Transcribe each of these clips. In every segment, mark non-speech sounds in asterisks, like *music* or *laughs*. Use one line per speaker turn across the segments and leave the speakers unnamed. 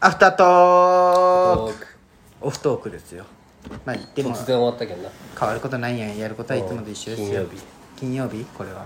アフタートー
ト
ク
ーク
オフトークですよまあでも
突然終わったけどな
変わることないやんやることはいつもと一緒ですよ
金曜日
金曜日これは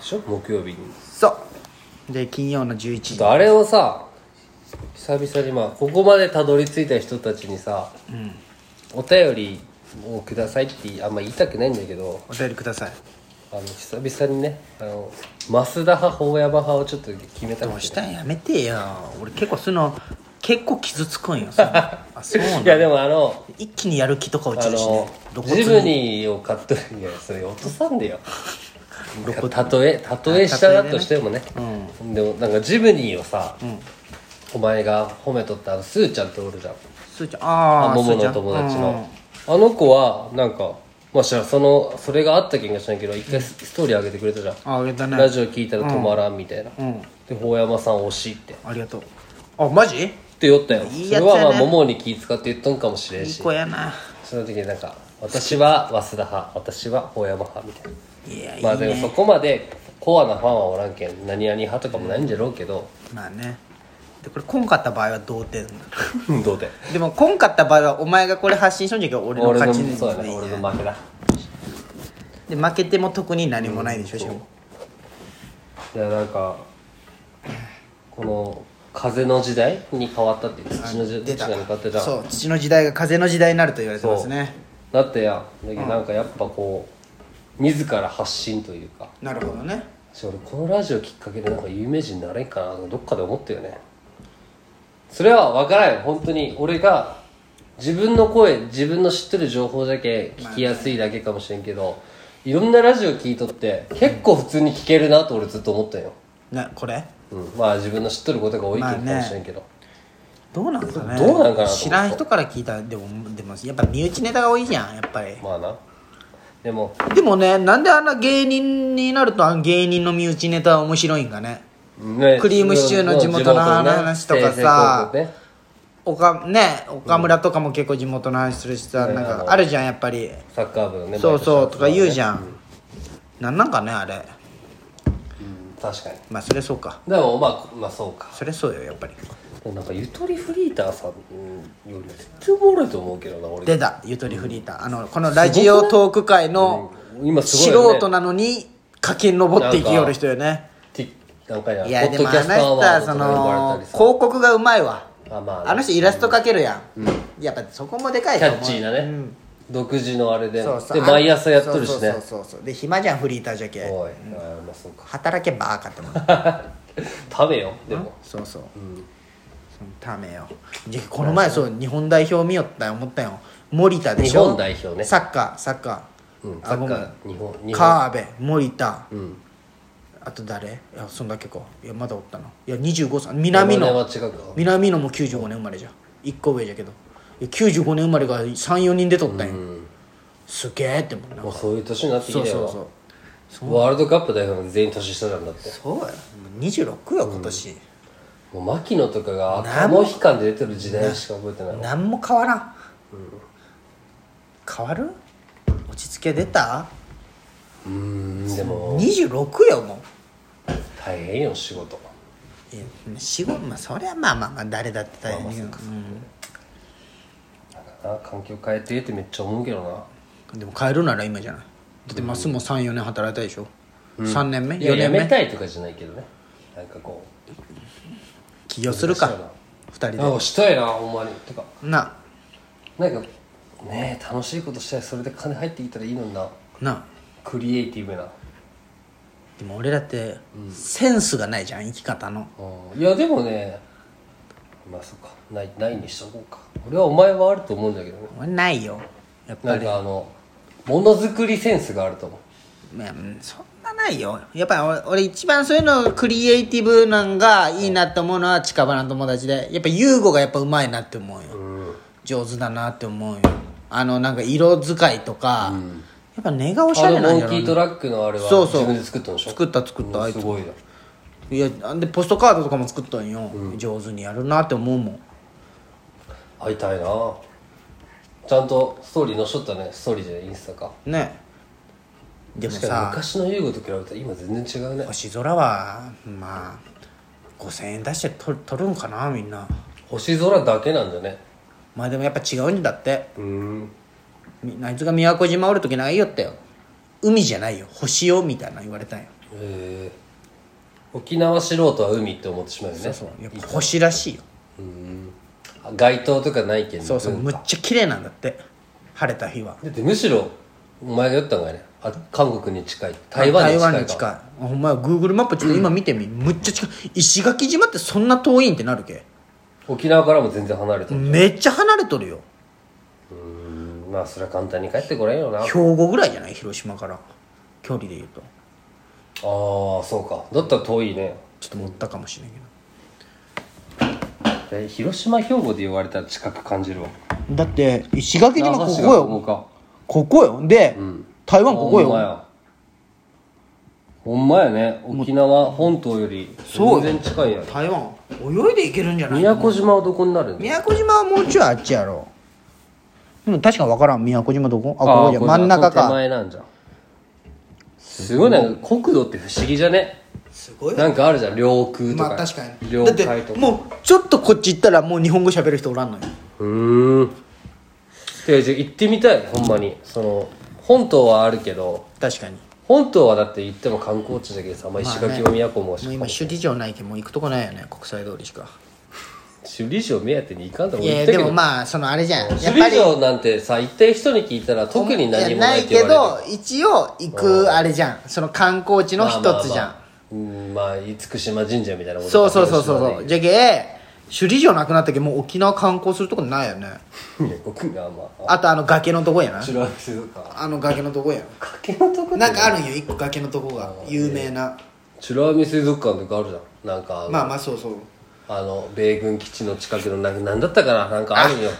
しょ木曜日に
そうで金曜の11
ちょ
時
っとあれをさ久々にまあここまでたどり着いた人たちにさ、お便りをくださいってあんま言いたくないんだけど
お便りください
あの久々にねあの増田派法山派をちょっと決めた
ど
く
うしてたんやめてよ俺結構その結構傷つくんよその
*laughs*
あそうなん
いやでもあの
一気にやる気とか落
あ
ちるしね
の
露骨
ジ
に
ブニーを買っとるいやそれ落とさんでよ
露骨
たとえたとえ下だとしてもねでもなんかジブニーをさ、お前が褒めとったあのスーちゃんっておるじゃん
すーちゃんああ
モモの友達のあの子はなんかまあ知らんそのそれがあった気がしないけど一回スストーリー上げてくれたじゃん、
ああげたね
ラジオ聞いたら止まらんみたいな、
ん
で法山さん推しってっ
ありがとうあマジ
て言ったよ
いい
そ
や
れ
つやね
はまあ桃に気使って言っとんかもしれん
いい
し
子やな
その時になんか私は早稲田派私は法山派みたいない
やいい
まあでも
ね
そこまでコアなファンはおらんけん何々派とかもないんじゃろうけ
*laughs*
ど、
まあねでこれこんかった場合は同点
どうで
でもこんかった場合はお前がこれ発信しとんじゃけど俺の
俺
勝
の
ちに
そうだね
いいね
俺の負けだ
で負けても特に何もないでしょ、しかも
いやなんかこの風の時代に変わったっていう土の時
出
代
た
に変わってた
そう土の時代が風の時代になると言われてますね
だってやだけどなんかやっぱこう自ら発信というか
なるほどね
私俺このラジオきっかけでなんか有名人になれんかなとかどっかで思ったよねそれは分からんよ本当に俺が自分の声自分の知ってる情報だけ聞きやすいだけかもしれんけどいろんなラジオ聞いとって結構普通に聞けるなと俺ずっと思ったよ、
なこれ
うん、まあ自分の知っとることが多いけどかもしれんけど、
どうなんかね
どうなんかなと思った
知らん人から聞いたらでもでもやっぱ身内ネタが多いじゃんやっぱり
まあなでも
でもねなんであんな芸人になるとあの芸人の身内ネタは面白いんかね
ね
クリームシチューの地元の話とかさ
ね
おかね岡村とかも結構地元の話するしさ、
うん
なん
あ
か
の
あるじゃんやっぱり
サッカー部のね
そうそうとか言うじ
ゃ
ゃ
ん、
ん、なんなんかねあれ
うん確かに
まあそれそうか
でもまあまあそうか
それそうよやっぱり
なんかゆとりフリーターさんより全然おもろいと思うけどな俺
出たゆとりフリーター、あのこのラジオトーク界の
うん今すごいよ
素
ね
人なのに駆け上っていきよる人よね
ティなんかや
いや
ポ
で
ッド
も
キ
あの
ャスター
人
ワー
は
ド
そ
とか
の広
呼ばれたりさ
告がうまいわ
あまあね
あの人イラスト描けるやん、やっぱそこもでかい
キ
と思
ャ
う
ッチーなね、
うん
独自のあれで
そうそう
で毎朝やっとるし
そ
ね
うそうそうそうで暇じゃんフリーターじゃけ
おい、あまあそうか
働けばあかっても
*laughs* 食べよでも
そうそう、そのためよじゃこの前そう日本代表見よったよ思ったよ森田でしょ
日本代表ね
サッカーサッカー、
うんサ
あご
ッ
め
カ
ん
ー日本日本
川辺森田、
うん
あと誰いやそんだけかいやまだおったないや25歳南野
山根は違うか
南野も95年生まれじゃん1個上じゃけどいや95年生まれが34人出とったんや、
うん
すげえってもんな
もうそういう年になってきた
そ
よ
うそうそう
ワールドカップ代表の全員年下なんだって
そうやもう26よ今年、
もう牧野とかが赤毛悲観で出てる時代しか覚えてない
何も変わらん、変わる落ち着け出た
うーんでも
26よも
大変よ仕事
ういや仕事まあそりゃまあまあまあ誰だって大変だけど、
なんかな環境変えてってめっちゃ思うけどな
うんでも変えるなら今じゃないだってマスも34年働いたでしょ、3年目
いや
4
や
年
め
目
たいとかじゃないけどねなんかこ
起業するか
そうだな
2人
う
で
なんかしたいなほんまにとか
な
なんかねえ楽しいことしたいそれで金入ってきたらいいのにな
な
クリエイティブな
でも俺だってセンスがないじゃん生き方の
うんいやでもねまあそっかないないにしとこうか俺はお前はあると思うんだけどね
俺ないよやっぱ
なんかあのものづくりセンスがあると思う
いやうんそんなないよやっぱり俺俺一番そういうのクリエイティブなんがいいなって思うのは近場の友達でやっぱ優吾がやっぱうまいなって思うよ、上手だなって思うよあのなんか色使いとか、やっぱ根がおしゃ
あ
れ
の
なん
モ
じゃ
ンキ
ない
ートラックのあれは
そうそう
自分で作ったんでしょ
作った作ったあいつ
すごいない
やでポストカードとかも作ったんよ、上手にやるなって思うもん
会いたいなちゃんとストーリー載しとったねストーリーじゃないインスタか
ねでも
確かに
さ
昔の優吾と比べたら今全然違うね
星空はまあ5000円出して取取るんかなみんな
星空だけなんじゃね
まあでもやっぱ違うんだって
うん
みんなあいつが宮古島おる時なんか言いよったよ海じゃないよ星よみたいなの言われたんよ
えー、沖縄素人は海って思ってしまうよね
そうそうやっぱ星らしいよ
うんあ街灯とかないけど
そうそうむっちゃ綺麗なんだって晴れた日は
だってむしろお前が言ったんがねあ韓国に近い台湾に近い
台
か
に近いあほんまや Google マップちょっと今見てみ、むっちゃ近い石垣島ってそんな遠いんってなるけ
沖縄からも全然離れてる
めっちゃ離れとるよ
うんまあそれは簡単に帰ってこれんよなああ
兵庫ぐらいじゃない広島から距離で言うと
そうかだったら遠いね
ちょっと持ったかもしれんけ
え広島兵庫で言われたら近く感じるわ
どだって石垣島ここ
那覇市がここ
よ
か
ここよで、
ん
台湾ここ
ほんま
よ
やほんまやね沖縄本島より
そう
全然近いやん
台湾泳いでいけるんじゃない
宮古島はどこになるの
宮古島はもうちょいあっちやろでも確か分からん宮古島どこあここ
あ
じゃ
これ
真ん中
手
か
前なんじゃんすごいね国土って不思議じゃね
すご
なんかあるじゃん領空とか、
まあ確かに
領
だっ
海
て
とか
もうちょっとこっち行ったらもう日本語喋る人おらんのよ
うーんてじゃあ行ってみたいほんまにその本島はあるけど
確かに
本島はだって行っても観光地だけどさ、まあ、石垣も宮古もし
もう今首里城ないけんもう行くとこないよね国際通りしか
首里城目当てに行かんとも
い
言
や
ったけ
で
ど
もまあそのあれじゃん
首
やっぱ
里
り
城なんてさ行った人に聞いたら特に何もないって言わ
いやないけど一応行くあれじゃんその観光地
れ
の
る
一つじゃん、
まあまあまあうんまあ厳島神社みたいなもんだから
そうそうそうそうそう
広
じゃけ首里城なくなったけんもう沖縄観光するとこないよね
島でいや僕がまあ
あとあの崖のとこやな
白石とか
あの崖のとこやん
崖のとこ
なんかあるんよ一個崖のとこが有名な
美ら海水族館とかあるじゃんなんかあの,、
まあまあそうそう
あの米軍基地の近くのなんなんだったかななんかあるんよ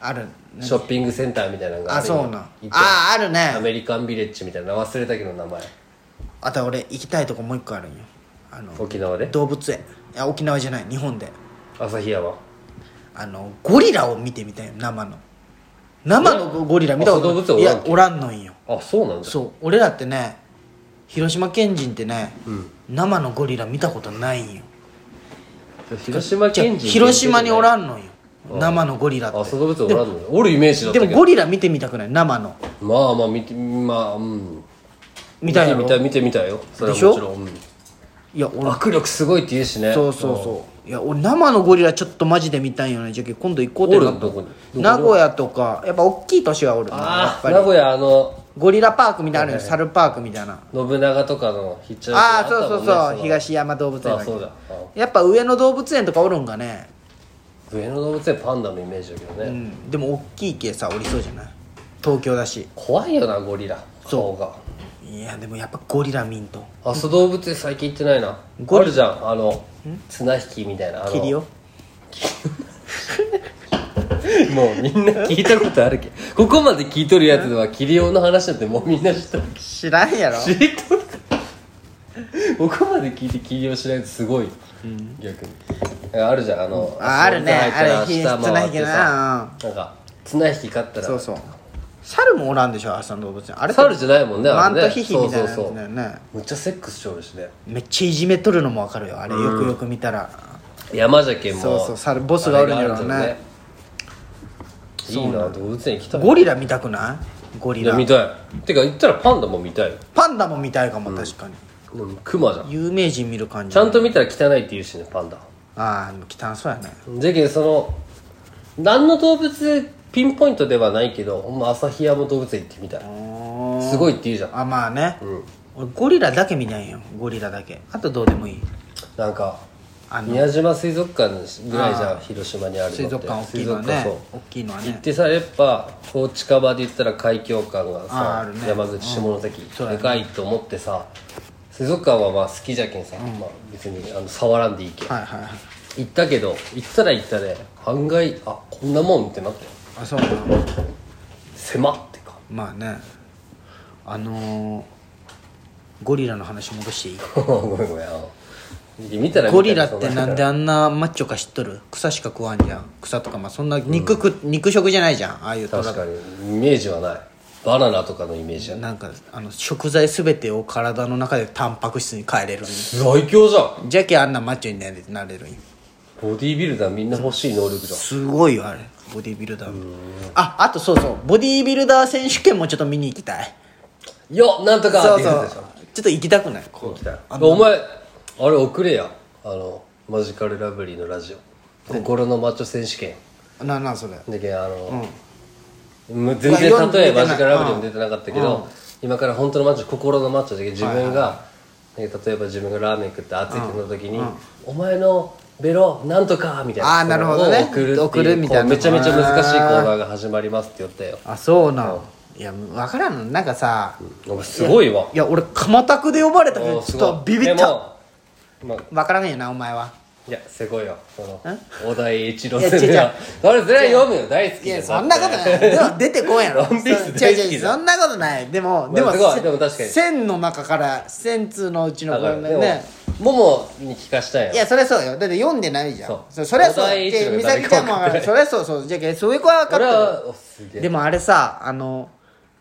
ある
ショッピングセンターみたいなのが
あ
るんよ
そうなん
一応
あある
ア
ね
メリカンビレッジみたいな忘れたけど名前
あと俺行きたいとこもう一個あるんよあの
沖縄で
動物園いや沖縄じゃない日本で
旭山
あのゴリラを見てみたいよ生の生のゴリラ見たこ
あ
と
動物園
い
おらん
や
け
おらんのんよ
あそうなんだ
そう俺らってね広島県人ってね、生のゴリラ見たことないんよ
広島
じゃあ
県人
広島にお
ん
らんのんよ生のゴリラって
あそう動物園おらんのねおるイメージだっ
で
た
も
けど
ゴリラ見てみたくない生の
まあまあ見てまあうん
見たいやろ
見て見て見たよそれは
でしょ
もちろんうん
いや俺
握力すごいって言うしね
そうそうそういや俺生のゴリラちょっとマジで見たいよねじゃあ今度行こうって
おる
な
のどこに
名古屋とかやっぱ大きい都市はおるなや
あ
っ
あ
ぱり
名古屋あの
ゴリラパークみたいなのあるよ猿パークみたいな
信長とかのひっちゃ
ああそうそうそう
東
東山動物園
あ
だけ
そうだ
ど
あ
やっぱ上野動物園とかおるんかね
上野動物園パンダのイメージだけどね、
うんでも大きい系さおりそうじゃない東京だし
怖いよなゴリラ
そ
顔が
いやでもやっぱゴリラミント
阿蘇動物園最近行ってないな
ゴリ
あるじゃんあの綱引きみたいなあの
キリオ
もうみんな聞いたことあるけどここまで聞いとるやつではキリオの話なんてもうみんな知っとる
知らんやろ
知っとる *laughs* ここまで聞いてキリオ知らないとすごい、逆にあるじゃんあの、
ああるね
入ったら
あれ
下回ってさ
綱
なんか綱引き勝ったら
そうそう猿もおらんでしょ朝の動物園あれって
猿じゃないもんね
マ
あれ
ン
ね
トヒヒみたいなやつ
そうそ
だ
うそ
よ
う
ね
むっちゃセックスしょるしね
めっちゃいじめとるのもわかるよあれよくよく見たら、
山じゃけんも
そうそう猿ボスがおるんやろうね
あれがあるんだろうねいいな動物園行きたい
ゴリラ見たくないゴリ
いや
ラ
見たいてか行ったらパンダも見たい
パンダも見たいかも確かに、
うんクマじゃん
有名人見る感じ
ちゃんと見たら汚いって言うしねパンダ
ああでも汚そうやね
じゃけんその何の動物ピンポイントではないけどほんま旭山動物園行ってみたいすごいって言うじゃん
あまあね、俺ゴリラだけ見ないよゴリラだけあとどうでもいい
なんか
あの
宮島水族館ぐらいじゃん広島にあるのって
水族館大きいのはね大きいのは
水族館そう行っ
ね
てさやっぱこう近場で言ったら海峡館が
あーあ
さ、
るね
山口下関、
そうだね
でかいと思ってさ水族館はまあ好きじゃけんさ、まあ、別にあの触らんでいいけん
はいはいはい
行ったけど行ったら行ったで案外あこんなもんってなって
あそうな
狭ってか
まあねあのー、ゴリラの話戻してい
*laughs*
い
ごめんごめんあの見たら見たら
ゴリラって
そ
なんであんなマッチョか知っとる草しか食わんじゃん草とかまあそんな肉食、肉食じゃないじゃんああいうトラ
確かにイメージはないバナナとかのイメージやな
なんかあの食材全てを体の中でタンパク質に変えれるんよ
最強じゃん
じゃけあんなマッチョになれなれるんよ
ボディービルダーみんな欲しい能力じゃん
すごいよあれボディービルダーああとそうそうボディービルダー選手権もちょっと見に行きたい
よっなんとか
そう
って
そ
言っ
う
てたじゃん
ちょっと行きたくない
こう来たお前あれ送れやあのマジカルラブリーのラジオ心のマッチョ選手権
ななんそれ
だけどあの、もう全然例えばマジカルラブリーも出てなかったけど、今から本当のマッチョ心のマッチョだけど自分が、なんか例えば自分がラーメン食って熱いっての時に、お前のベロなんとかみたいな
あーなるほどね
それを送るってい
送る
う
みたいな
こうめちゃめちゃ難しいコーナーが始まりますって言ったよ
あそうなんいや分からんのなんかさ
お前すごいわ
いや俺鎌田区で呼ばれたけど
おー
ち
す
ょっ
ごい
とビビっ
で
た
もまあ
分からんよなお前はい
や、すごいよ。その、小田栄一郎
いや
先生
違う違う
が。それ、それは読むよ。大好き
い
*laughs* だよ
やそんなことないでも出てこんやろ
ワンピース
そう
大
違
好
う違
き
う
だ
そんなことないでもでも
すごい
せ
でも確かに
1000の中から1000通のうちの
だ
こ
か
れ
ら、でも
ね、
ももに聞かしたいよ。
いやそりゃそうよだって読んでないじゃん
そう
そそりゃそ
小田
う
栄
い
一郎
や美
が誰
咲
か
ちゃんも分か
分かんな
る
い
そりゃそうそうじゃけそういう子は分かっ
俺
てる
は、おすげえ。
でもあれさあの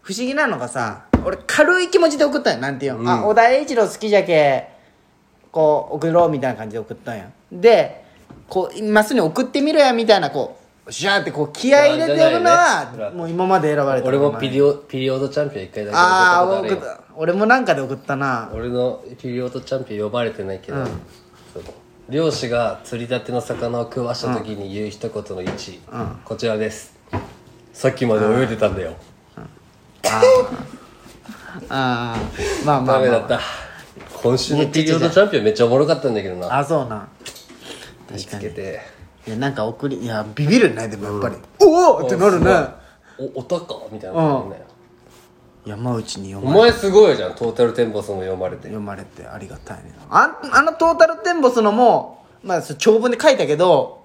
不思議なのがさ俺軽い気持ちで送ったんよなんていうの、あ小田栄一郎好きじゃけこう送ろうみたいな感じで送ったんやでこうまっすぐに送ってみろやみたいなこうシャーってこう気合い入れておるの
あじゃない
は、
ね
もう今まで選ばれた
俺もピリ
オ
オ、ピリオドチャンピオン一回だけ
ああ
送った
俺
ことあるよ。
俺もなんかで送ったな
俺のピリオドチャンピオン呼ばれてないけど、そう漁師が釣りたての魚を食わした時に言う一言の一、こちらです。さっきまで泳いでたんだよ。
あーまあまあ
ダメ
ま
だ
あ
った。今週のピリオドチャンピオンめっちゃおもろかったんだけどな。
あそうなん
見つけて。
いやなんか送りいやビビるねでもやっぱり、おおってなるね
お、おたかみたいなことね。
山内に読
お
ま
前すごいじゃん、トータルテンボスも読まれて。
読まれてありがたいねあんあのトータルテンボスのもまあそれ長文で書いたけど